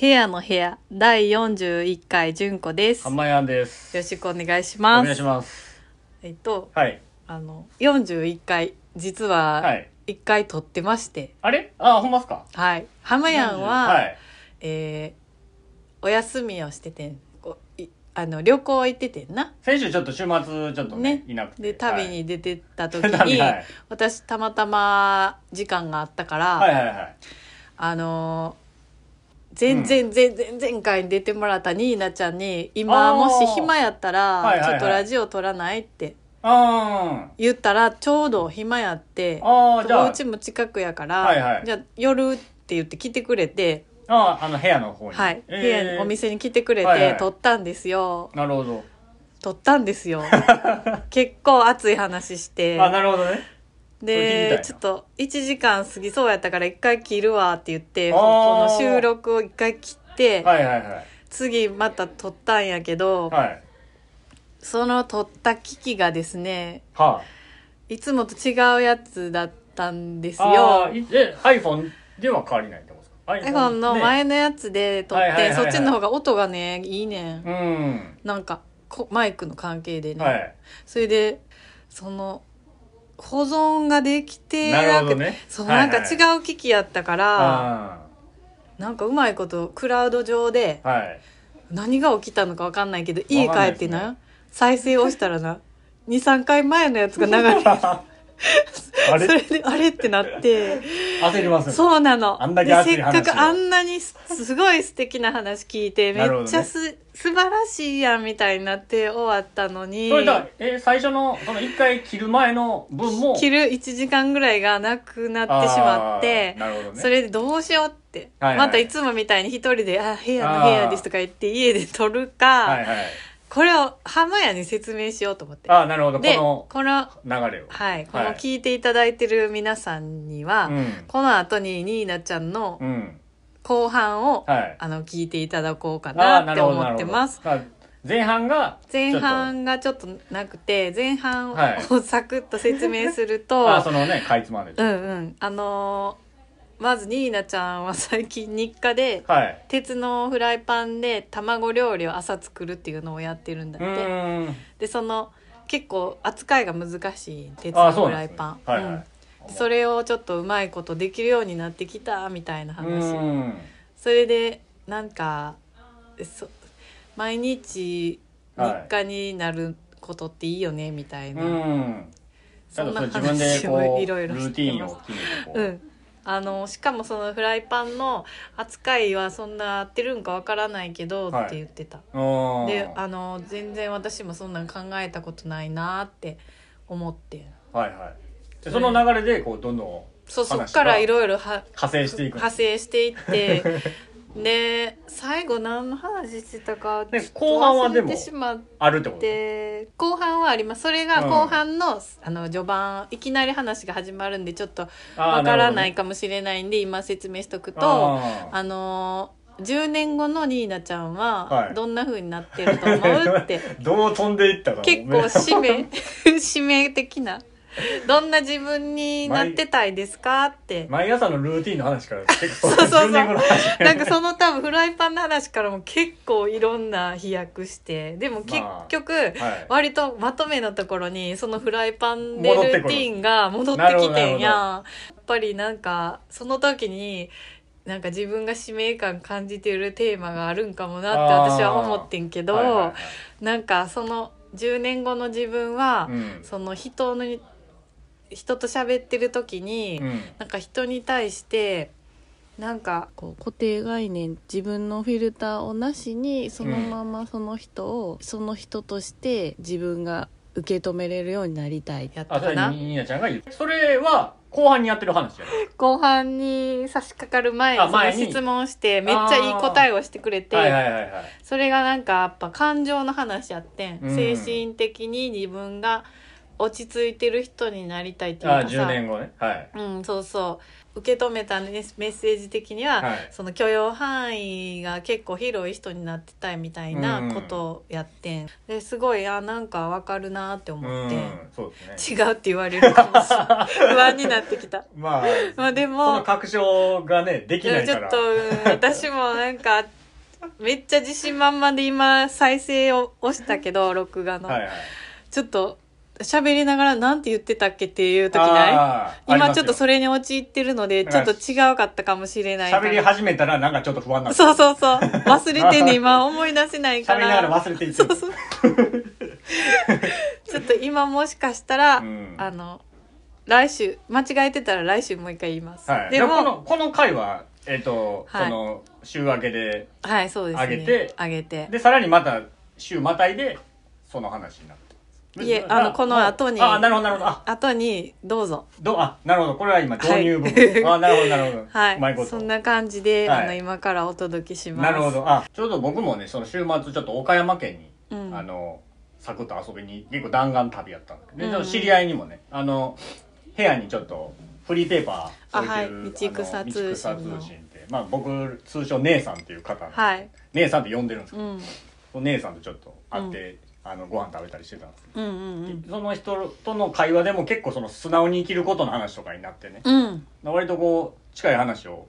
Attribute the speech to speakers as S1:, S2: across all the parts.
S1: 部屋の部屋第41回純子です。よ
S2: 浜屋です。
S1: ろしくお願いし
S2: お
S1: ます。
S2: 願いします。
S1: えっと、
S2: はい。
S1: あの、41回、実
S2: は。
S1: はい1回撮ってまして、
S2: あれあ、ほんまっすか
S1: はい。ハマヤンは、
S2: はい。
S1: えーお休みをしててんこういあの、旅行行っててんな。
S2: 先週ちょっと週末ちょっとね
S1: ね、
S2: いなくて。
S1: で、旅に出てった時
S2: はい、旅
S1: に、
S2: はい
S1: 私たまたま時間があったから、
S2: はいはいはい。
S1: あのー、前々前々前回に出てもらったニーナちゃんに、今
S2: あー
S1: もし暇やった
S2: はい
S1: ら、
S2: はい
S1: ち
S2: は
S1: ょ
S2: い
S1: っとラジオ撮らないって
S2: あ
S1: 言ったら、ちょうど暇やって
S2: ー。、あー、じゃ
S1: お
S2: あ
S1: 家、も近くやから、
S2: はいはい
S1: じゃあ夜って言って来てくれて、
S2: あーあの部屋の方に。
S1: はい、
S2: えー
S1: 部屋にお。店に来てくれて、
S2: はいはい
S1: 撮ったんですよ。
S2: なるほど。
S1: 撮ったんです よ。結構熱い話して。
S2: あ、なるほどね。それ聞きたい
S1: で
S2: な
S1: ちょっと1時間過ぎそうやったから1回切るわって言って
S2: あ
S1: こ
S2: ー
S1: の収録を1回切って、
S2: はいはいはい。
S1: 次また撮ったんやけど、
S2: はい。
S1: その撮った機器がですね
S2: はい
S1: つもと違うやつだったんです
S2: あ。あ
S1: よ
S2: ー。いえ、iPhone では変わりないってことですか
S1: iPhone の
S2: ね
S1: 前のやつで撮っ
S2: はいはいはい
S1: て
S2: はい
S1: そっちの方が音がねいいねんなんかこマイクの関係で
S2: うん。
S1: ね、
S2: はい。
S1: それでその保存ができて
S2: なるほど
S1: なく
S2: ね。
S1: そうなんか
S2: はいはい。
S1: 違う機器やったから、
S2: あ
S1: なんかうまいことクラウド上で
S2: ーはい。
S1: 何が起きたのかわかんないけど家帰
S2: わかんない
S1: っ
S2: で
S1: て
S2: すね
S1: な再生をしたらな 23回前のやつが流れてそ
S2: あれ
S1: れであれってなって
S2: 焦りますね。
S1: そうなの
S2: あんだけ
S1: で
S2: 熱
S1: せ
S2: い
S1: っ
S2: 話を
S1: かくあんなにすすごい素敵な話聞いてめ
S2: なるほど
S1: っ
S2: ね
S1: ちゃす、素晴らしいやんみたいになって終わったのに
S2: それだ、えー最初の、その一回切る前の分も。
S1: 着る1時間ぐらいがなくなってしまって
S2: あーなるほどね。
S1: それでどうしようって、
S2: はいはい
S1: またいつもみたいに一人で「あ部屋の部屋です」とか言って家で撮るか、
S2: はいはい。
S1: これを浜屋に説明しようと思って
S2: ああ、なるほど。
S1: で
S2: こ
S1: この
S2: の流れを。
S1: はいこの
S2: はい
S1: 聞いていただいてる皆さんには、
S2: うん。
S1: この後にニーナちゃんの
S2: うん。
S1: 後半を、
S2: はい。
S1: あの聞いていただこうか
S2: ああ
S1: なっ
S2: ー、な
S1: て
S2: るほど。
S1: 思
S2: なる
S1: って
S2: ほど
S1: ます。
S2: あ前半が、
S1: 前半がちょっとなくて前半
S2: はい
S1: をサクッと説明すると、
S2: ああ、そのね、かいつまんで
S1: う。んうんあのーまずニーナちゃんは最近日課で
S2: はい。
S1: 鉄のフライパンで卵料理を朝作るっていうのをやってるんだ
S2: う
S1: って。
S2: ーん。
S1: でその結構扱いが難しい鉄
S2: あ
S1: の
S2: あ、そ
S1: フ
S2: うな
S1: ラ
S2: ん
S1: イ
S2: ですね。
S1: パン
S2: はいは
S1: うん
S2: い。
S1: それをちょっとうまいことできるようになってきたみたいな
S2: う
S1: 話
S2: ーん。
S1: それでなんかそ毎日日課になることっていいよねみたいうな、
S2: ん。
S1: そんな
S2: ただそう自
S1: 話
S2: 分でこ
S1: を
S2: う、
S1: いろいろ
S2: ル
S1: し
S2: ーテ
S1: て
S2: ィーン
S1: ま
S2: を
S1: す。
S2: 決めてこう。
S1: うんあのしかもそのフライパンの扱いはそんな合ってるんかわからないけど
S2: はい
S1: って言ってた、
S2: うん。
S1: であの全然私もそんなん考えたことないなーって思って
S2: はいはい。でその流れで、こう、どんどん
S1: そうそっ
S2: 話
S1: か
S2: が
S1: らいろいろは
S2: 派生していくん
S1: 派
S2: ですね
S1: 生していって で最後何の話してたかちょ
S2: ね
S1: っと
S2: 後半はで
S1: 忘
S2: も
S1: れてしまっ
S2: あるってことね
S1: て後半はありますそれが
S2: うん
S1: 後半の,、あの序盤いきなり話が始まるんでちょっと
S2: あ
S1: わ
S2: ー
S1: からな
S2: る
S1: いかもしれないんで、今説明しとく
S2: ほ
S1: と
S2: ど
S1: あ
S2: ねあ
S1: のー10年後のニーナちゃん
S2: は
S1: はいどんな風になってると思う って。
S2: ーどう飛んでいったか
S1: 結構使 命使命的などんな自分になってたいですかって
S2: 毎朝のルーティンの話から結構
S1: そうそうそう
S2: 10年後の話
S1: なんかその多分フライパンの話からも結構いろんな飛躍してでも結局、
S2: はい
S1: 割とまとめのところにそのフライパンでル
S2: 戻って
S1: ー
S2: く
S1: テ
S2: る
S1: ィンが戻って
S2: なるほ
S1: き
S2: ど
S1: てんやん
S2: なるほ
S1: やっぱりなんかその時になんか自分が使命感感じてるテーマがあるんかもなって私は思ってんけど、
S2: はいはいはい
S1: なんかその10年後の自分は、
S2: うん
S1: その人の人と喋ってる時に、
S2: うん
S1: なんか人に対してなんかこう固定概念自分のフィルターをなしにそのままその人を、その人として自分が受け止めれるようになりたいやっ
S2: あ
S1: た
S2: そ
S1: か
S2: れ
S1: な
S2: にニーナちゃんが言うそれは後半にやってる話じゃない
S1: 後半に差し掛かる前に
S2: あ前に
S1: その質問してめっちゃいい答えをしてくれて、
S2: はいはいはいはい
S1: それがなんかやっぱ感情の話やってん、
S2: うん
S1: 精神的に自分が落ち着いてる人になりたいっていう
S2: あ
S1: か
S2: 10
S1: さ
S2: 年後ねはい
S1: うんそうそう受け止めた、ね、メッセージ的には、
S2: はい
S1: その許容範囲が結構広い人になってたいみたいなことをやってん、ですごいあなんかわかるなって
S2: う
S1: 思って、
S2: んそうですね
S1: 違うって言われるかもしれない 不安になってきた
S2: まあ
S1: まあで
S2: その
S1: も
S2: 確証がねでき
S1: で
S2: な
S1: も
S2: い
S1: ちょ
S2: か
S1: っ
S2: ら
S1: と、うん私もなんかめっちゃ自信満々で今再生を押したけど録画の、
S2: はいはい
S1: ちょっと喋りながらなんて言ってたっけっていう時ない
S2: い
S1: 今ちょっとそ
S2: れ
S1: れに陥ってるのでちょっと違うかったかもしれないから
S2: 喋り始めたらなんかちょっと不 安になる
S1: そうそうそう忘れてね今思い出せないか
S2: 喋りなが
S1: ら
S2: ら忘れていって
S1: そ
S2: る
S1: うそうちょっと今もしかしたら、
S2: うん
S1: あの来週間違えてたら来週もう一回言います、
S2: はい、
S1: で
S2: でも
S1: も
S2: このこの回は、えっと
S1: はい
S2: その週明けで
S1: はいそうですね
S2: 上げて
S1: 上げて
S2: でさらにまた週またいでその話になって
S1: いえあのこの後に
S2: ああなるほどなるほどあ
S1: 後にどうぞ
S2: どあなるほどこれは今導入部
S1: はい
S2: 分、あなるほどなるほど
S1: は
S2: うまいこ
S1: い
S2: と
S1: そんな感じで、
S2: はい
S1: あの今からお届けします
S2: なるほどあちょうど僕もねその週末ちょっと岡山県に、
S1: うん
S2: あのサクッと遊びに結構弾丸旅やったんだけどで
S1: うん
S2: ちょっと知り合いにもねあの部屋にちょっとフリーペーパー
S1: あ
S2: 置いてる
S1: はい道草
S2: あの
S1: 通信の
S2: 道草通信って、まあ、僕通称姉さんっていう方なんですけど
S1: はい
S2: 姉さんって呼んでるんですけ
S1: うん、うん
S2: ど、姉さんとちょっと会って、あのご飯食べたりしてたんですけ
S1: うん
S2: ど、その人との会話でも結構その素直に生きることの話とかになってね、
S1: うんうん
S2: 割とこう近い話を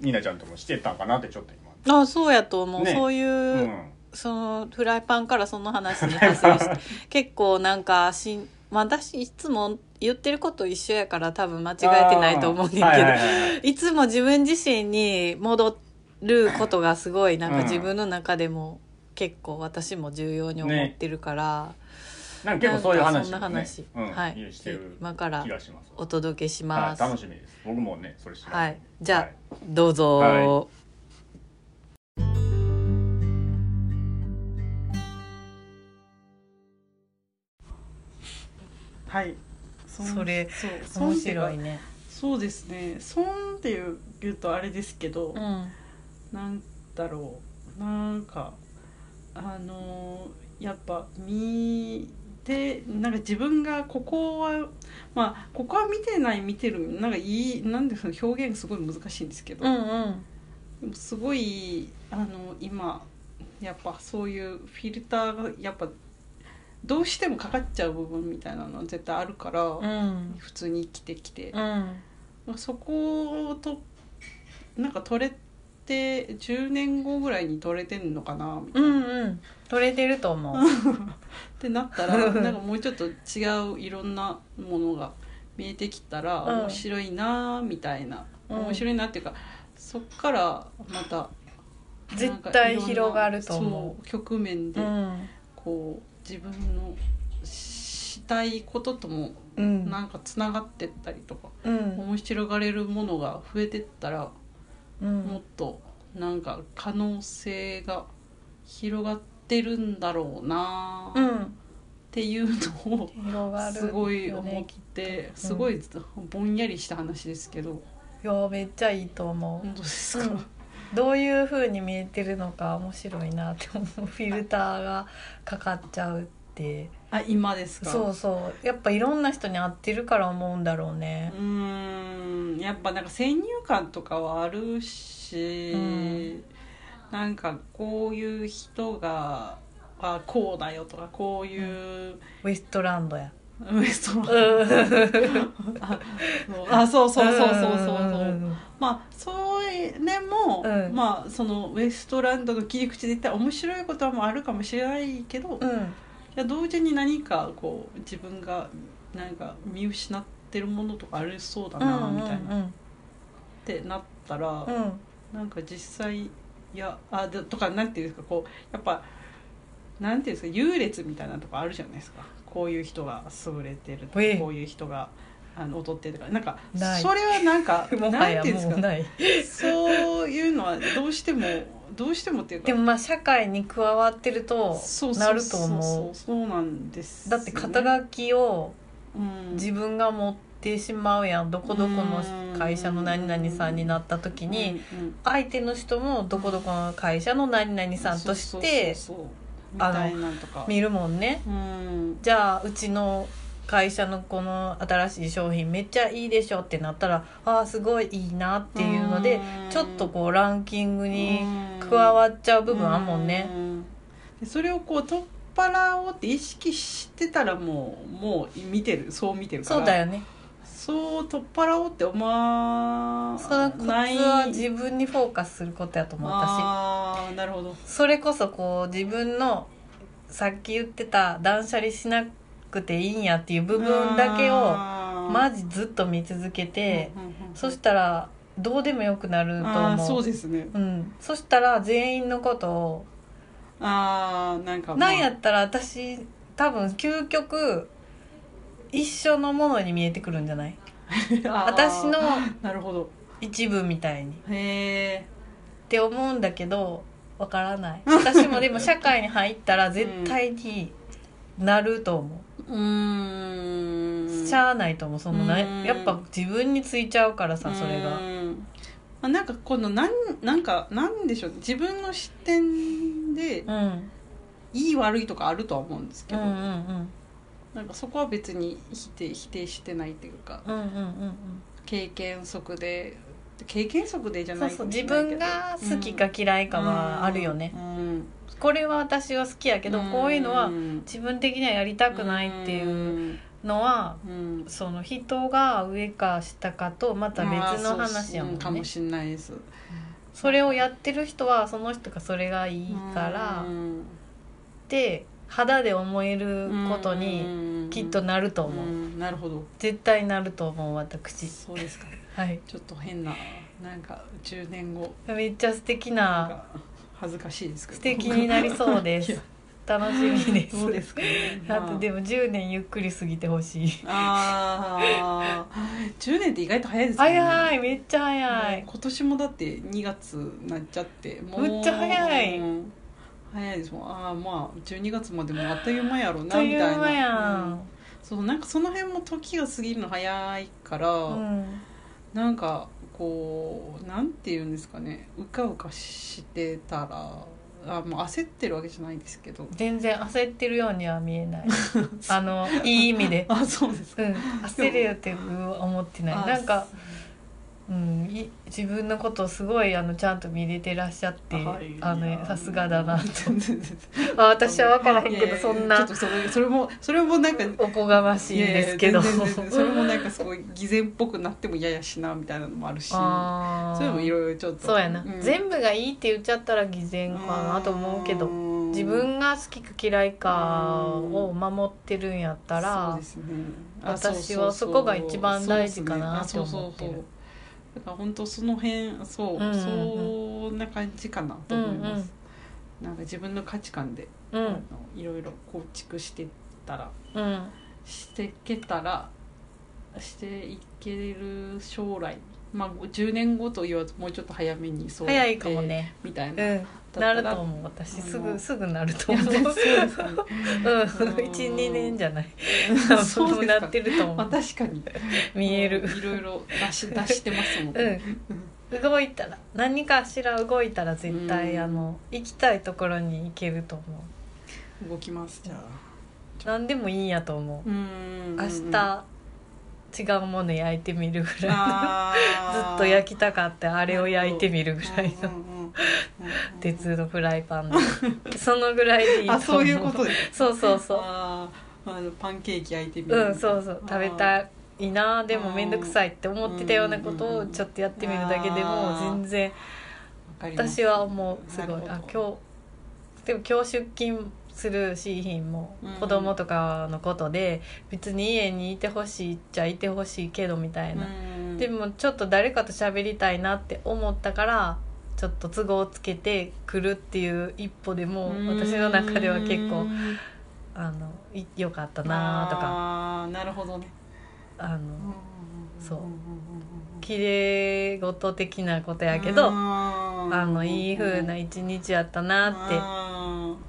S2: ニナちゃんともしてたかなってちょっと
S1: あそうやと思う、
S2: ね
S1: そういう、
S2: 今、うん、
S1: そのフライパンからその話に派生 して結構なんかしんまあ私いつも言ってること一緒やから多分間違えてないと思うねんけど、
S2: あーはいいはいはいはい
S1: つも自分自身に戻ることがすごいなん
S2: う
S1: か
S2: ん
S1: 自分の中でも結構私も重要に思ってるから、
S2: なんか結構そういう
S1: なんか
S2: 話
S1: そん
S2: も
S1: な
S2: ね
S1: 話、
S2: うん
S1: はい
S2: してる
S1: 今から
S2: 気がします
S1: お届けし
S2: は
S1: ま
S2: い、
S1: す。
S2: 楽しみです僕もねそれ知ら
S1: は
S2: ない
S1: い、じゃあ、どうぞ、
S2: は
S3: はい。そん
S1: それ
S3: そう損
S1: 面
S3: ってうか
S1: 白いね。
S3: そうですね。損っていう言うとあれですけど、
S1: うん、
S3: なんだろう。なんかあのーやっぱ見てなんか自分がここはまあここは見てない見てるなんかいいなんでその表現すごい難しいんですけど、
S1: うん、うん、
S3: でもすごいあの今やっぱそういうフィルターがやっぱどうしてもかかっちゃう部分みたいなのは絶対あるから。
S1: うん、
S3: 普通に生きてきて、
S1: うん、
S3: まあそことなんか取れて10年後ぐらいに取れてんのかなみた
S1: う
S3: いな、
S1: ん、
S3: っ
S1: うん、取れてると思う。
S3: てなっ たらなんかもうちょっと違ういろんなものが見えてきたら
S1: うん
S3: 面白いなみたいな、
S1: うん
S3: 面白いなっていうかそっからまた
S1: 絶対広がると
S3: なん
S1: 思
S3: かいろんなそう局面
S1: う。
S3: で
S1: うん、
S3: こう自分のしたいこととも
S1: うん、
S3: なんかつながってったりとか、
S1: うん、
S3: 面白がれるものが増えてったら
S1: う
S3: もっ
S1: ん、
S3: となんか可能性が広がってるんだろうな
S1: う
S3: っ
S1: ん、
S3: ていうのを
S1: 広がる、
S3: すごい思っ
S1: き
S3: てすごいぼんやりした話ですけど
S1: いや、めっちゃいいと思う。
S3: 本当ですか
S1: うんどういう風に見えてるのか面白いなって思う。フィルターがかかっちゃうって。
S3: あ今ですか
S1: そうそう。やっぱいろんな人に合ってるから思うんだろうね。
S3: うーんやっぱなんか先入観とかはあるし、
S1: うん
S3: なんかこういう人があこうだよとかこういう、
S1: ウエストランドや。
S3: ウエストラン
S1: うん
S3: ドあそうそうそうそうそうそう、
S1: うん
S3: まあそれでも、
S1: うん
S3: まあそのウエストランドの切り口で言ったら面白いこともあるかもしれないけど、
S1: う
S3: い
S1: んうん
S3: や同時に何かこう自分がなんか見失ってるものとかありそうだ
S1: う
S3: な、
S1: ん
S3: みたいな、っ
S1: うん
S3: てなったら、
S1: うん
S3: なんか実際いやあでとかなんていうんですかこうやっぱなんていうんですか優劣みたいなとこあるじゃないですかこういう人が優れてるとか
S1: ええ
S3: こういう人があの劣ってるとかなんか
S1: ない
S3: それはなんか
S1: も
S3: な
S1: は
S3: ん
S1: や
S3: ていうんです
S1: も
S3: か
S1: うない
S3: そういうのはどうしてもどうしてもっていうか
S1: でもまあ社会に加わってると
S3: そう
S1: なると思
S3: そうそうそうなんです
S1: う
S3: ね、
S1: だって肩書きを
S3: うん
S1: 自分が持ってしまうやんどこどこの会社の何々さんになった時に
S3: うんうん
S1: 相手の人もどこどこの会社の何々さんとして
S3: そうそうそうそうみ
S1: あの
S3: たいなんとか
S1: 見るもんね
S3: うん
S1: じゃあうちの会社のこの新しい商品めっちゃいいでしょってなったらああすごいいいなっていうのでちょっとこうランキング
S3: う
S1: に
S3: ん
S1: 加わっちゃう部分あんもんね
S3: う。でそれをこう取っ払おうって意識してたらもうもう見てるそう見てるから
S1: そうだよね。
S3: そう取っ払おうって思わ
S1: そのコツ
S3: ない
S1: は自分にフォーカスすることやと思う私。
S3: ああなるほど
S1: それこそこう自分のさっき言ってた断捨離しなくていいんやっていう部分だけをマ
S3: ジ
S1: ジずっと見続けて、そしてたらどうでもよくなると思う
S3: そうですね
S1: うん、そしたら全員のことを、
S3: ああなんか、
S1: なんやったら私多分究極一緒のものに見えてくるんじゃない私
S3: 私
S1: の
S3: なるほど
S1: 一部みたいにっ
S3: へえ
S1: て思うんだけどわからない私もでも社会に入ったら絶対になると思う、
S3: うーん
S1: しゃあないと思うそのな
S3: うん
S1: やっぱ自分についちゃうからさそれが
S3: うんあなんかこのなんなんかなんでしょう自分の視点で
S1: うんうん
S3: いい悪いとかあるとは思うんですけ
S1: うん
S3: ど、
S1: うん
S3: なんかそこは別に否定否定してないっていうか
S1: うんうんうん
S3: 経験則で経験則でじ
S1: う
S3: ゃ
S1: ん
S3: な
S1: そ
S3: いう
S1: そう自分が好きか嫌いかはあるよね、
S3: うん、
S1: これは私は好きやけど、
S3: ん
S1: こういうのは
S3: ん
S1: 自分的にはやりたくないっていうのは、
S3: うん
S1: その人が上か下かとまた別の話やもん
S3: あーそううか
S1: ね
S3: もしんないです
S1: それをやってる人はその人がそれがいいから
S3: う
S1: っ
S3: ん
S1: て肌で思えることに
S3: に
S1: きっとなると
S3: う
S1: 思う、
S3: んなるほど
S1: 絶対なると思う私
S3: そうですか
S1: はい
S3: ちょっと変ななんか10年後
S1: めっちゃ素敵
S3: なん
S1: な
S3: か恥ずかしいですけど
S1: 素敵に なりそうで
S3: い
S1: す
S3: や
S1: 楽しみです
S3: そうですかね
S1: だってでも10年ゆっくり過ぎてほしい
S3: ああ10年って意外と早いですね
S1: 早いめっちゃ早
S3: も
S1: いう
S3: 今年もだって2月になっちゃってもう
S1: むっちゃ早い
S3: うん早いですもんああまあ12月までもあっという間やろう
S1: あっ
S3: な
S1: と
S3: み
S1: い
S3: た
S1: う間
S3: い
S1: や
S3: な、うん
S1: ん
S3: そうなんかその辺も時が過ぎるの早いから、
S1: うん
S3: なんかこうなんて言うんですかねうかうかしてたらあもう焦ってるわけじゃないですけど
S1: 全然焦ってるようには見え ないあのいい意味で
S3: あそうです
S1: う
S3: か、
S1: ん焦るよって思ってない
S3: あ
S1: なんかうん、い自分のことをすごいあのちゃんと見れてらっしゃって
S3: はい
S1: あ
S3: いや
S1: のさすがだ なと
S3: 全然全然
S1: あ私は分からへんけ
S3: いやい
S1: ど
S3: や
S1: そん
S3: ちょ
S1: な
S3: っとそれそれもそれもなんか
S1: おこがましいんですけど
S3: いやいや全然全然それもなんかすごい偽善っぽくなってもややしなみたいなのもあるしそ
S1: あー
S3: ういうのもいろいろちょっと
S1: そうやな、
S3: ん
S1: 全部がいいって言っちゃったら偽善かなと思うけど
S3: ん
S1: 自分が好きか嫌いかを守ってるんやった
S3: そう
S1: ら
S3: ですねあ
S1: 私はそこが一番大事かな
S3: そうそうそう
S1: って思ってる
S3: あそうそうそうだから本当その辺そう、
S1: うんうんうん
S3: そんな感じかなと
S1: うんう
S3: 思います
S1: ん、
S3: なんか自分の価値観で、
S1: う
S3: あの
S1: ん
S3: いろいろ構築してったら
S1: うん
S3: していけたらしていける将来まあ10年後と言わずもうちょっと早めにそう
S1: 早
S3: やって
S1: いかもね
S3: みたいうな、
S1: んなると思う私すぐすぐなると思う
S3: いや そうですね
S1: うん
S3: の
S1: 12年じゃない
S3: そう
S1: もう
S3: で
S1: な
S3: すか
S1: ってると思
S3: まあ
S1: う
S3: 確かに
S1: 見える
S3: うんいろいろ出し出してますもん
S1: うん動いたら何かしら動いたら絶対
S3: うん
S1: あの行きたいところに行けると思う
S3: 動きますじゃあ
S1: 何でもいいんやと思う
S3: うん
S1: 明日違うもの焼いてみるぐら
S3: あ
S1: いのず
S3: ー
S1: っと焼きたかったあれを焼いてみるぐらいの
S3: うんうんうん
S1: 鉄のフライパンでそのぐらいでいいと思
S3: あそういうことです
S1: そうそうそう
S3: あーあのパンケーキ焼いてみる
S1: うんそうそう食べ
S3: い
S1: たいなでも面倒くさいって思ってたようなこと
S3: う
S1: を
S3: ん
S1: ちょっとやってみるだけでも
S3: あー
S1: 全然私は思うすごいあ今日でも今日出勤するシーヒンも
S3: うん
S1: 子供とかのことで別に家にいてほしいっちゃいてほしいけどみたいな、
S3: 日
S1: でもちょっと誰かと喋りたいなって思ったからちょっと都合をつけて来るっていう一歩でも私の中では結構あのい良かったなとか
S3: あーなるほどね
S1: あのそう
S3: う
S1: 綺麗事的なことやけどあ
S3: あ
S1: のいい風な一日やったなっ
S3: って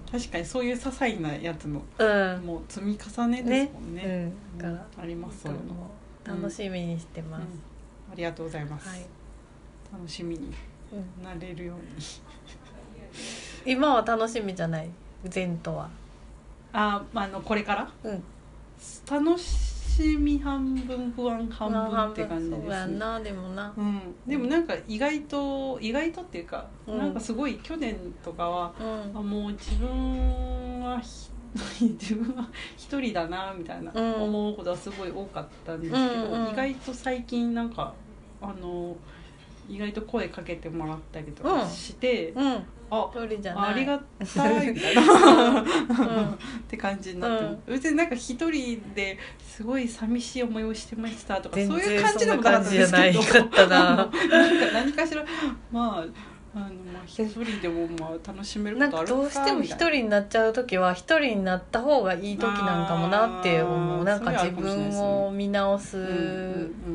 S3: 確かにそういう些細なやつの
S1: てうん、
S3: もう積み重ねですもんね
S1: うん、だから
S3: ありますそういうの
S1: もう楽しみにしてます、
S3: うんありがとうございます、
S1: はい、
S3: 楽しみに
S1: うん
S3: なれるように
S1: 今は楽しみじゃない前途は
S3: あーまああのこれから
S1: うん
S3: 楽しみ半分不安半分って感じ
S1: そ
S3: で
S1: うや
S3: す
S1: ん
S3: ね
S1: なでもな
S3: うん、でもなんか意外と意外とっていうか、
S1: うん
S3: なんかすごい去年とかは
S1: う
S3: あ
S1: ん
S3: もう自分はひ 自分は一人だなみたいな
S1: うん
S3: 思うことはすごい多かったんですけど、
S1: うんうん
S3: 意外と最近なんかあの意外と声かけてもらったりと
S1: う
S3: か
S1: ん
S3: して、
S1: うん
S3: あ
S1: 一人じゃない
S3: ありがたいみたいなって感じになってます、別になんか一人ですごい寂しい思いをしてましたとかそ
S1: 全
S3: う
S1: 然
S3: いう感じでもなかったんですけど
S1: そんな感じじゃなかった
S3: なんか何かしらまああのまあ一人でもまあ楽しめるこ
S1: なん
S3: とあ
S1: か
S3: るか
S1: どうしても一
S3: みたい
S1: 人になっちゃう時は一人になった方がいい時なんかもなって思
S3: あ
S1: う
S3: ー
S1: なんか
S3: それはあ
S1: 自
S3: るかもしれないですね
S1: 分を見直
S3: な
S1: す
S3: うんうんう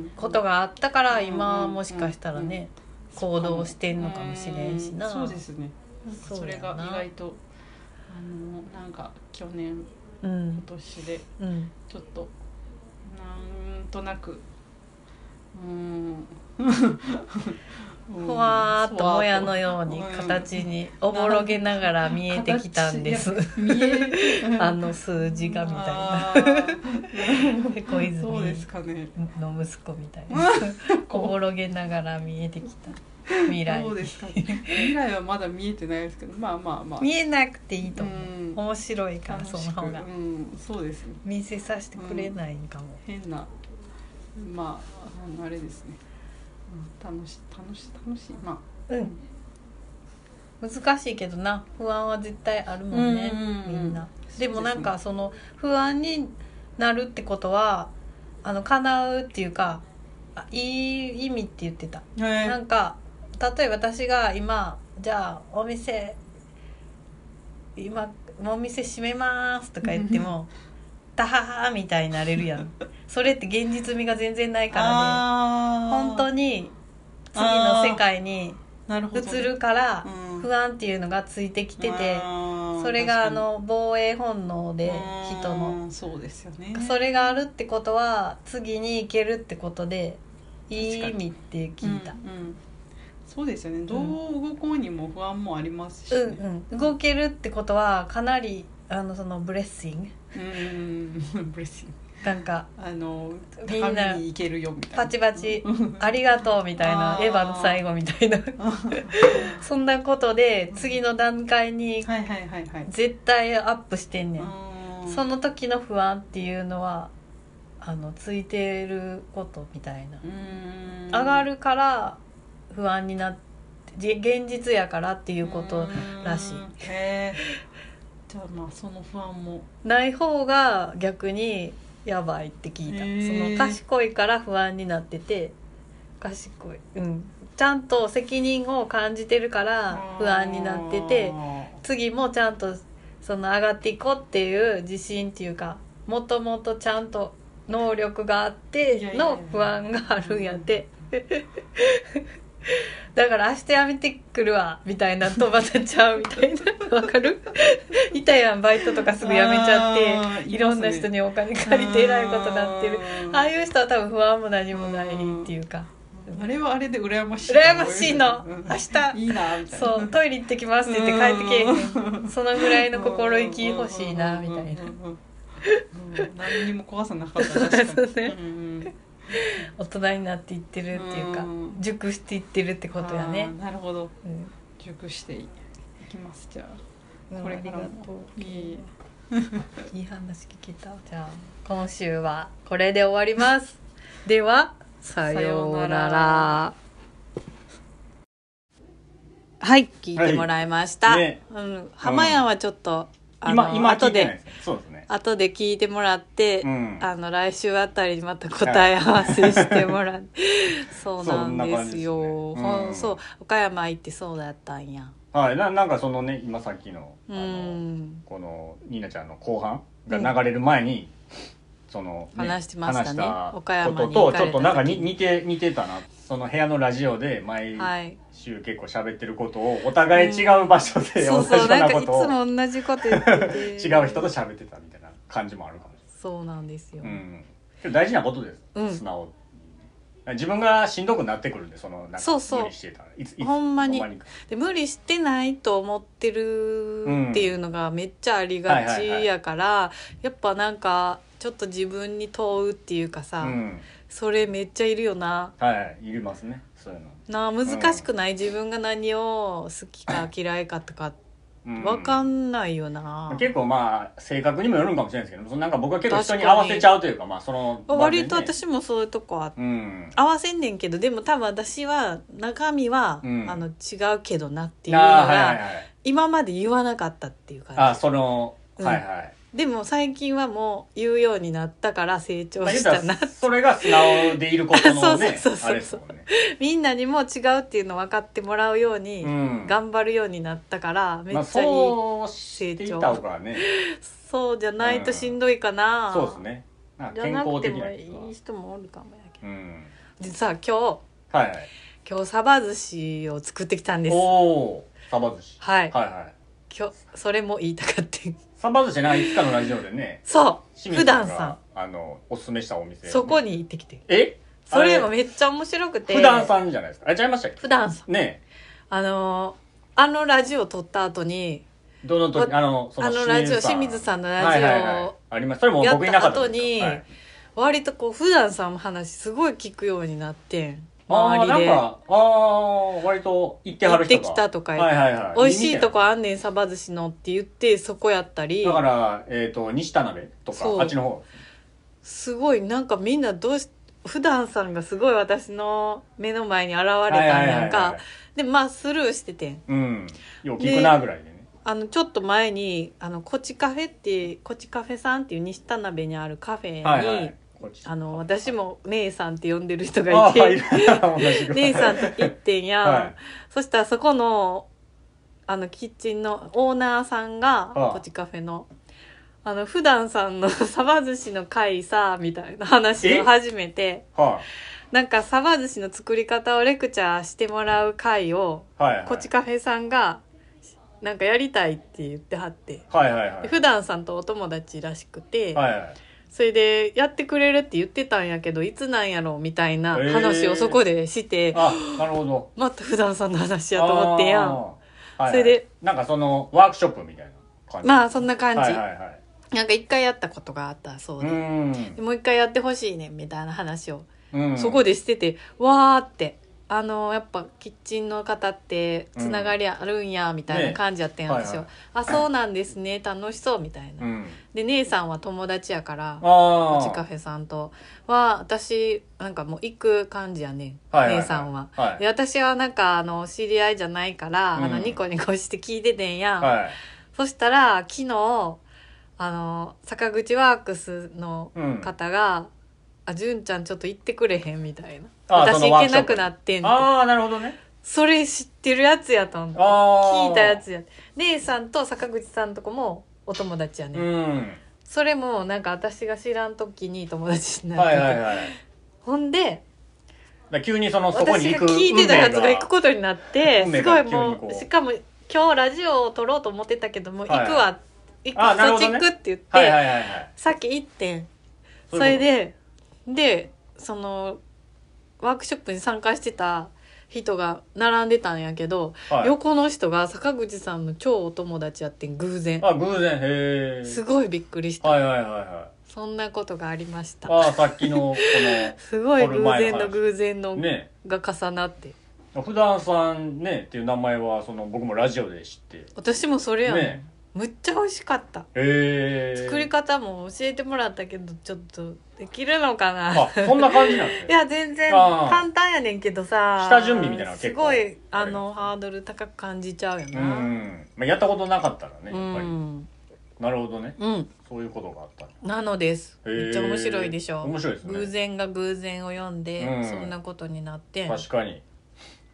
S3: ん
S1: ことがあったから
S3: うん
S1: 今もしかしたらね行動してんのかもしれんしな
S3: うそうですね
S1: そう
S3: それ
S1: や
S3: が
S1: な
S3: 意外とあのなんか去年今
S1: うん
S3: 年で
S1: うん
S3: ちょっとなんとなくうーんうん
S1: ふわーっともやの
S3: ふ
S1: よう
S3: わーっと
S1: に
S3: うん
S1: 形におぼろげながら見えてきたん です
S3: 形見え
S1: あの数字がみた
S3: あー
S1: いなで 小泉
S3: そうですかね
S1: の息子みたいな おぼろげながら見えてきた未来
S3: そうですかね未来はまだ見えてないですけどまあまあまあ
S1: 見えなくていいと思う
S3: うん
S1: 面白いから
S3: 楽
S1: そ
S3: し
S1: の
S3: く
S1: 方が
S3: うんそうですね
S1: 見せさせてくれないんかも、
S3: 変なまああのあれですねうん楽し楽し楽しいまあ
S1: うん難しいけどな不安は絶対あるもんね、
S3: うんうんうん
S1: みんなでもなんかその不安になるってことはあの叶うっていうかあいい意味って言ってた
S3: はい
S1: なんか例えば私が今じゃあお店今お店閉めますとか言っても「ダハハ」みたいになれるや んそれって現実味が全然ないからね
S3: あー
S1: 本当に次の世界に
S3: なるほどね
S1: 移るから
S3: うん
S1: 不安っていうのがついてきてて
S3: あー
S1: それがあ
S3: 確かに
S1: の防衛本能で人の
S3: うんそうですよね
S1: それがあるってことは次に行けるってことでいい
S3: 確
S1: 意
S3: かに
S1: 味って聞いた
S3: うんうんそうですよねどう動こうにも不安もありますし、ね
S1: うんうん、動けるってことはかなりあのそのブレッシング
S3: うん ブレス
S1: なんか
S3: あの
S1: みんな
S3: 高みに行けるよみたいな
S1: パチパチ
S3: うん
S1: ありがとうみたいな
S3: あー
S1: エヴァの最後みたいな そんなことで次の段階に
S3: はいはいはいはい、
S1: 絶対アップしてんねん
S3: うん
S1: その時の不安っていうのはあのついてることみたいな
S3: うん
S1: 上がるから不安になってじ現実やからっていうことらしい
S3: うんへえじゃあまあその不安も
S1: ない方が逆にやばいって聞いた、
S3: へー
S1: その賢いから不安になってて賢いうんちゃんと責任を感じてるから不安になってて次もちゃんとその上がっていこうっていう自信っていうかもともとちゃんと能力があっ
S3: いや
S1: て
S3: いやいや
S1: の不安があるんやって。だから明日やめてくるわみたいなとまたちゃうみたいなわかるいたやんバイトとかすぐ辞めちゃって
S3: あー
S1: いろんな人にお金借りてえらいことになってる
S3: うん
S1: ああいう人は多分不安も何もないっていうか
S3: あれはあれで羨ましい
S1: 羨ましいの
S3: うん
S1: 明日
S3: いいなみたいな
S1: そうトイレ行ってきますって言って帰ってけえへんそのぐらいの心意気欲しいなみたいな
S3: うんうんうんうんうん何にも怖さなかった確か
S1: そう
S3: に、
S1: ね
S3: うんうん
S1: 大人になっていってるっていうか
S3: うん
S1: 熟していってるってことやね
S3: あーなるほど
S1: うん
S3: 熟していきますじゃあ
S1: うん
S3: これ
S1: あ
S3: か
S1: り
S3: ら
S1: が
S3: も
S1: とう
S3: いい
S1: いい話聞けたじゃあ今週はこれで終わり ますではさよう
S3: さよ
S1: な
S3: うな
S1: ら
S3: ら
S4: はい聞いてもらいました、
S2: はいね
S4: うん、浜屋はちょっと、あの
S2: 今今聞
S4: 後
S2: いてない
S4: で
S2: ですねそうですね
S4: 後で聞いてもらって、
S2: うん
S4: あの来週あたりにまた答え合わせしてもらって そうなんですよ
S2: そ
S4: そ
S2: んな感
S4: う
S2: じですねうん
S4: そう岡山行ってそうだったんや
S2: はいななんかそのね今さっきのあ
S4: う
S2: の
S4: ん
S2: このニーナちゃんの後半が流れる前にそのね
S4: 話してましたね
S2: 話した
S4: 岡山に
S2: こと
S4: 行
S2: と
S4: かれ
S2: ち
S4: た
S2: ょ
S4: 時
S2: っとなんかに似て似てたなその部屋のラジオで毎
S4: はい
S2: 週結構喋ってることをお互い違う場所で
S4: そ
S2: 同
S4: う
S2: じよ
S4: そううな
S2: なん
S4: か
S2: こ
S4: いつ
S2: とを違
S4: も同じこと言ってて
S2: う人と喋ってたみたいな感じもあるかもしれない
S4: そうなんですよ、
S2: うん、けど大事なことです、
S4: うん
S2: 素直自分がしんどくなってくるんでそのなんか
S4: そうそう
S2: 無理してたらいついつ
S4: ほんまにで無理してないと思ってるっていうのがめっちゃありがちやから、やっぱなんか
S1: ちょっと自分に問うっていうかさ、
S2: うん
S1: それめっちゃいるよな
S2: はいいりますねそういうの
S1: なあ難しくない、自分が何を好きか嫌いかとか
S2: う
S1: 分かんないよな、
S2: 結構まあ性格にもよるんかもしれないですけどそのなんか僕は結構人に合わせちゃうというかまあその場でね
S1: 割と私もそういうとこあって
S2: うん
S1: 合わせんねんけどでも多分私は中身は、
S2: うん
S1: あの違うけどなっていうの
S2: あ
S1: が、
S2: あはいはいはい
S1: 今まで言わなかったっていう
S2: あ
S1: 感
S2: その、
S1: うん
S2: はいはい
S1: じでも最近はもう言うようになったから成長
S2: まあ言
S1: し
S2: うた
S1: た
S2: ら
S1: な
S2: それが素直でいることの ね
S1: そうそうそうそう
S2: あれですもんね
S1: みんなにも違うっていうの分かってもらうように、
S2: うん
S1: 頑張るようになったからめっ
S2: まあ
S1: ちゃいい、そう
S2: そうしていた方がね
S1: じゃないとしんどいかな、
S2: そうですねなん
S1: じゃ
S2: か健
S1: な
S2: 康
S1: くて
S2: 的
S1: も
S2: ない
S1: い人もおるかもやけど
S2: うん
S1: でさ今日
S2: はいはい
S1: 今日サバ寿司を作ってきたんです
S2: おおサバ寿司
S1: はい、
S2: はいはい
S1: 今日それも言いたかってん
S2: サバ寿司なんかいつかのラジオでね
S1: そう
S2: 清
S1: 普
S2: 水さん
S1: 段
S2: が
S1: さ
S2: あのおすすめしたお店、
S1: そこに行ってきて
S2: え
S1: それもめっちゃ面白くて
S2: 普段さんじゃないですかあちゃいましたっけ
S1: 普段さん
S2: ね
S1: あのあのラジオ撮った後に
S2: えどの時
S1: わ
S2: あのその
S1: あのラジオ
S2: さん
S1: 清水さんのラジオ
S2: はいはいはいありますそれも
S1: やっ
S2: 僕いなか
S1: た
S2: った
S1: 後
S2: んです
S1: に
S2: よ
S1: 割とこう普段さんの話すごい聞くようになってん
S2: はい、
S1: 周
S2: あー
S1: り
S2: なん
S1: で
S2: かあー割と行ってはる人が
S1: 行ってきたとか
S2: はいはいはい
S1: 美味しいとこあんねんサバ寿司のって言ってそこやったり
S2: だから、えっと西田鍋とか
S1: そう
S2: あっちの方
S1: すごいなんかみんなどうし普段さんがすごい私の目の前に現れたんやんかでまあスルーしててん
S2: うんよう聞くなぐらいでね
S1: あのちょっと前にあのコチカフェってコチカフェさんっていう西田鍋にあるカフェに、
S2: はいはいこっち
S1: あの私も姉さんって呼んでる人が
S2: あ
S1: い
S2: ーはい
S1: て
S2: はい同じぐらい
S1: 姉さんと行ってんやん、
S2: はい
S1: そしたらそこのあのキッチンのオーナーさんが
S2: ああ
S1: ポチカフェのあの普段さんの サバ寿司の会さみたいな話を始めて
S2: は
S1: なんかサバ寿司の作り方をレクチャーしてもらう会を
S2: いはいはい
S1: コチカフェさんがなんかやりたいって言ってはって
S2: はいはいはい
S1: 普段さんとお友達らしくて、
S2: はいはい
S1: それでやってくれるって言ってたんやけどいつなんやろうみたいな話をそこでして、
S2: あなるほど
S1: また普段さんの話やと思ってやん
S2: あーはいはい
S1: それで
S2: なんかそのワークショップみたいな感じ
S1: まあそんな感じ、
S2: はいはいはい
S1: なんか一回やったことがあったそう
S2: う
S1: で,、
S2: ん
S1: でもう一回やってほしいねみたいな話を、
S2: うん
S1: そこでしててわーってあのやっぱキッチンの方ってつながりあるんやみたいな感じやってん、
S2: ね
S1: 私は、
S2: は
S1: あそうなんですね楽しそうみたいな、
S2: うん
S1: で姉さんは友達やから
S2: あ
S1: コチカ
S2: フ
S1: フェさんとは私なんかもう行く感じやねん、姉さんは。
S2: はい
S1: で私はなんかあの知り合いじゃないから、あの
S2: うん
S1: ニコニコして聞いててんやん、
S2: はい
S1: そしたら昨日あの坂口ワークスの
S2: うん
S1: 方が「あ純ちゃんちょっと行ってくれへん」みたいな「
S2: あそ
S1: 私
S2: の
S1: 行
S2: ワー
S1: け
S2: クシ
S1: な
S2: ョップ
S1: くなってん」って
S2: ああなるほどね
S1: それ知ってるやつやと思って
S2: あー
S1: 聞いたやつや姉さんと坂口さんとこもお友達やね、
S2: うん
S1: それもなんか私が知らん時に友達になっ
S2: は
S1: て
S2: い
S1: て、
S2: はいはいだか
S1: ほんで
S2: ら急にそのそこ
S1: 私
S2: に行
S1: が
S2: く
S1: 聞いてたやつが行くことになって
S2: 運
S1: す
S2: 命
S1: ごい
S2: が急に
S1: も
S2: こ
S1: う
S2: う
S1: しかも今日ラジオを撮ろうと思ってたけどもう
S2: はい
S1: 行くわ、
S2: あなる
S1: 行
S2: ほ
S1: くそ
S2: ど
S1: っち
S2: ね
S1: 行くって言って、
S2: はいはいはいはい
S1: さっき行ってんそ
S2: そうい
S1: れ
S2: うこと
S1: ででそのワークショップに参加してた人が並んでたんやけど、
S2: はい
S1: 横の人が坂口さんの超お友達やってん偶然
S2: あ偶然へえ
S1: すごいびっくりした、
S2: はいはいはいはい
S1: そんなことがありました
S2: ああさっきのこ
S1: すごい偶然
S2: これ前の
S1: の
S2: 話
S1: 偶然の
S2: のね
S1: が重なって
S2: 普段さんねっていう名前はその僕もラジオで知って
S1: 私もそれやもん、
S2: ね
S1: むっちゃ美味しかった
S2: へえ
S1: 作り方も教えてもらったけどちょっとできるのかな
S2: あそんな感じなんです
S1: い
S2: ね
S1: や全然
S2: あー
S1: 簡単やねんけどさ
S2: 下準備みたいなのは
S1: す
S2: 結構
S1: ごいあ
S2: あります
S1: のハードル高く感じちゃうよ
S2: う、
S1: なん
S2: まあ、やったことなかったらね
S1: う
S2: やっぱり、
S1: ん
S2: なるほどね
S1: うん
S2: そういうことがあったんだ
S1: なのです
S2: へー
S1: めっちゃ面白いでしょ
S2: 面白いですね
S1: 偶然が偶然を読ん
S2: う
S1: で
S2: ん
S1: そんなことになって
S2: 確かに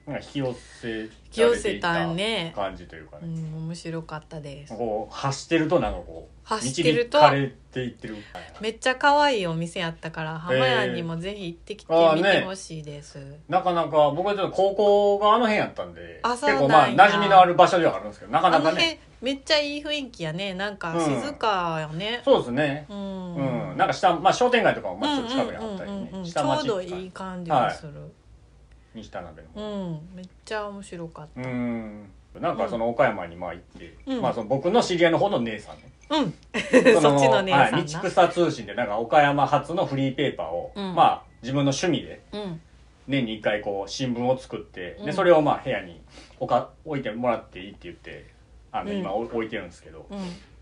S2: なんか引き寄せ引
S1: き寄せたね
S2: 感じというか
S1: う
S2: ね、
S1: ん面白かったです
S2: こう走ってるとなんかこう
S1: 走ってると
S2: 導かれていってる
S1: めっちゃ可愛いお店やったから浜屋にもぜひ行ってきてみてほしいです
S2: なかなか僕はちょっと高校があの辺やったんで
S1: あそう
S2: 結
S1: なんや
S2: 構まあ馴染みのある場所ではあるんですけどなか
S1: あ
S2: な
S1: の
S2: かね
S1: 辺めっちゃいい雰囲気やねなんか
S2: うん
S1: 静かやね
S2: そうですね
S1: う
S2: うんん、なんか下、まあ、商店街とかもまあちょっと近くに
S1: うん
S2: あったり
S1: うんうんう
S2: ね
S1: ん
S2: 下
S1: ち
S2: 町
S1: ょうど
S2: とか
S1: いい感じがする、
S2: 西田鍋の方
S1: うんめっちゃ面白かった、
S2: うんなんかその岡山にまあ行って、
S1: うん
S2: まあその僕の知り合いの方の姉さん ね。
S1: うん。 そっちの姉さんな
S2: はい、道草通信でなんか岡山発のフリーペーパーを、
S1: うん
S2: まあ自分の趣味で
S1: うん。
S2: 年に一回こう新聞を作って、
S1: うん
S2: でそれをまあ部屋におか置いてもらっていいって言って、あの
S1: うん
S2: 今お置いてるんですけど、
S1: う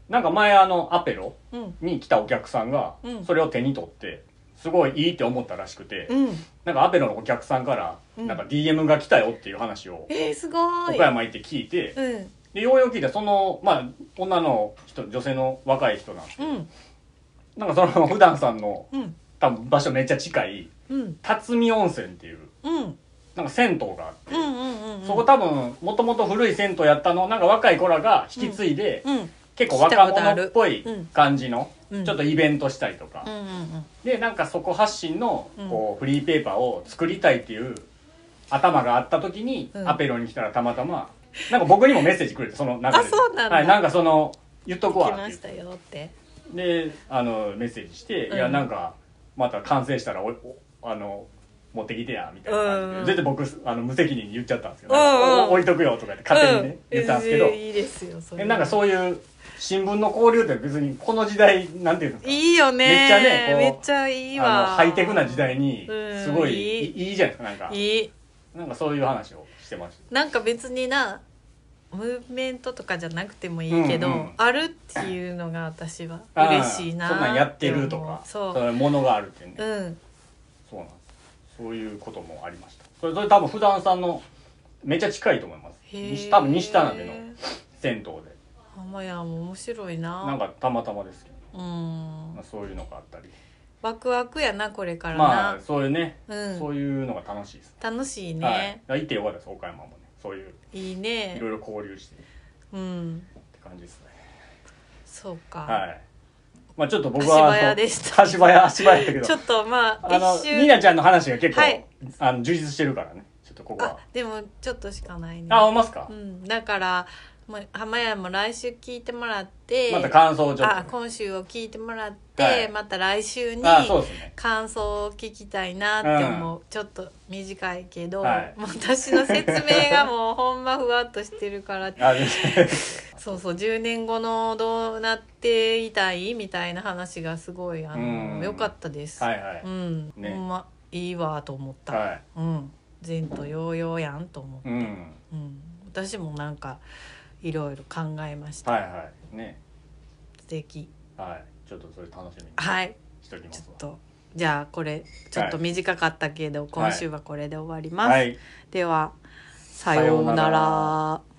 S2: なんか前あのアペロ
S1: ん。うん。
S2: に来たお客さんが
S1: うん
S2: それを手に取って、すごいいいって思ったらしくて、
S1: うん。
S2: なんかアペロのお客さんから
S1: うん
S2: なんか DM が来たよっていう話を
S1: えー、すご
S2: 岡
S1: い。
S2: 山行って聞いて、
S1: うん。
S2: でようよう聞いたらその、まあ、女の人女性の若い人なんですけ
S1: う
S2: ど、
S1: ん。
S2: なんかその普段さんの
S1: うん。
S2: 多分場所めっちゃ近い
S1: うん。
S2: 辰巳温泉っていう
S1: うん。
S2: なんか銭湯があって、
S1: うん。うん。うん。
S2: そこ多分もともと古い銭湯やったのをなんか若い子らが引き継いで、
S1: うん。
S2: 結構若者っぽい
S1: うん
S2: 感じの、
S1: うん
S2: ちょっとイベントしたりとか、
S1: うん。うん。
S2: でなんかそこ発信のこうフリーペーパーを作りたいっていう頭があった時に、
S1: うん
S2: アペロに来たらたまたまなんか僕にもメッセージくれてその中で
S1: あそうなんだ
S2: はい、なんかその言っとこわ
S1: 来
S2: って言
S1: ま
S2: っ
S1: してたよって。
S2: であのメッセージして「
S1: うん
S2: いやなんかまた完成したらおおあの持ってきてや」みたいな感じ
S1: う
S2: で
S1: ん
S2: 全然僕あの無責任に言っちゃったんですけど
S1: う
S2: 「
S1: んうん
S2: お置いとくよ」とか言って勝手にね、言ったんですけ
S1: う
S2: ど
S1: んいいですよ。それ
S2: えなんかそういう新聞の交流って別にこの時代なんていうんですか
S1: いいよね。
S2: めっちゃねこう
S1: めっちゃいい
S2: あ
S1: わ。
S2: のハイテクな時代に
S1: うん
S2: すごい
S1: いい
S2: いいいいじゃないですかなんか
S1: いい。
S2: なんかそういう話をしてまし
S1: なんか別にな。ムーブメントとかじゃなくてもいいけど、
S2: うんうん
S1: あるっていうのが私は
S2: た
S1: 嬉しいな
S2: あーそんなんやってるとか
S1: そ
S2: そうういうものがあるっていうね
S1: うん
S2: そうなんですそういうこともありましたそれそれ多分普段さんのめっちゃ近いと思います
S1: へー
S2: 西多分西田鍋の銭湯で
S1: あまやも面白いな
S2: なんかたまたまですけど、
S1: うん
S2: まあ、そういうのがあったり
S1: ワクワクやなこれからな、
S2: まあそういうね、
S1: うん
S2: そういうのが楽しいです
S1: 楽しいね、
S2: はい、だから行ってよかったです岡山もねそういう
S1: い、い
S2: い
S1: ね
S2: ろいろ交流してっ
S1: うん
S2: て感じですね
S1: そうか、
S2: はいまあちょっと僕は
S1: 足早でした
S2: 足早足早やったけど
S1: ちょっとまあ
S2: あの
S1: 一
S2: ニ
S1: 周
S2: ナちゃんの話が結構、
S1: はい
S2: あの充実してるからねちょっとここ
S1: あ
S2: は
S1: でもちょっとしかないね
S2: あ思いますか、
S1: うん、だからもう浜屋も来週聞いてもらって
S2: また感想をちょっと
S1: あ今週を聞いてもらって、
S2: はい
S1: また来週に
S2: あそうですね
S1: 感想を聞きたいなって思う、ちょっと短いけど、
S2: はい
S1: もう私の説明がもうほんまふわっとしてるから
S2: あ全然
S1: そうそう10年後のどうなっていたいみたいな話がすごいあ
S2: う
S1: の
S2: ん
S1: 良かったです、
S2: はいはい、
S1: うん、
S2: ね
S1: ほんまいいわと思った、
S2: はい
S1: うん前途洋々やんと思う、
S2: うん
S1: うん、私もなんかいろいろ考えました、
S2: はいはいね
S1: 素敵
S2: はいちょっとそれ楽しみに
S1: はい
S2: しておきま
S1: ちょ
S2: す
S1: っ
S2: わ
S1: とじゃあこれちょっと短かったけど、今週はこれで終わります、
S2: はい
S1: ではさような
S2: さような
S1: ら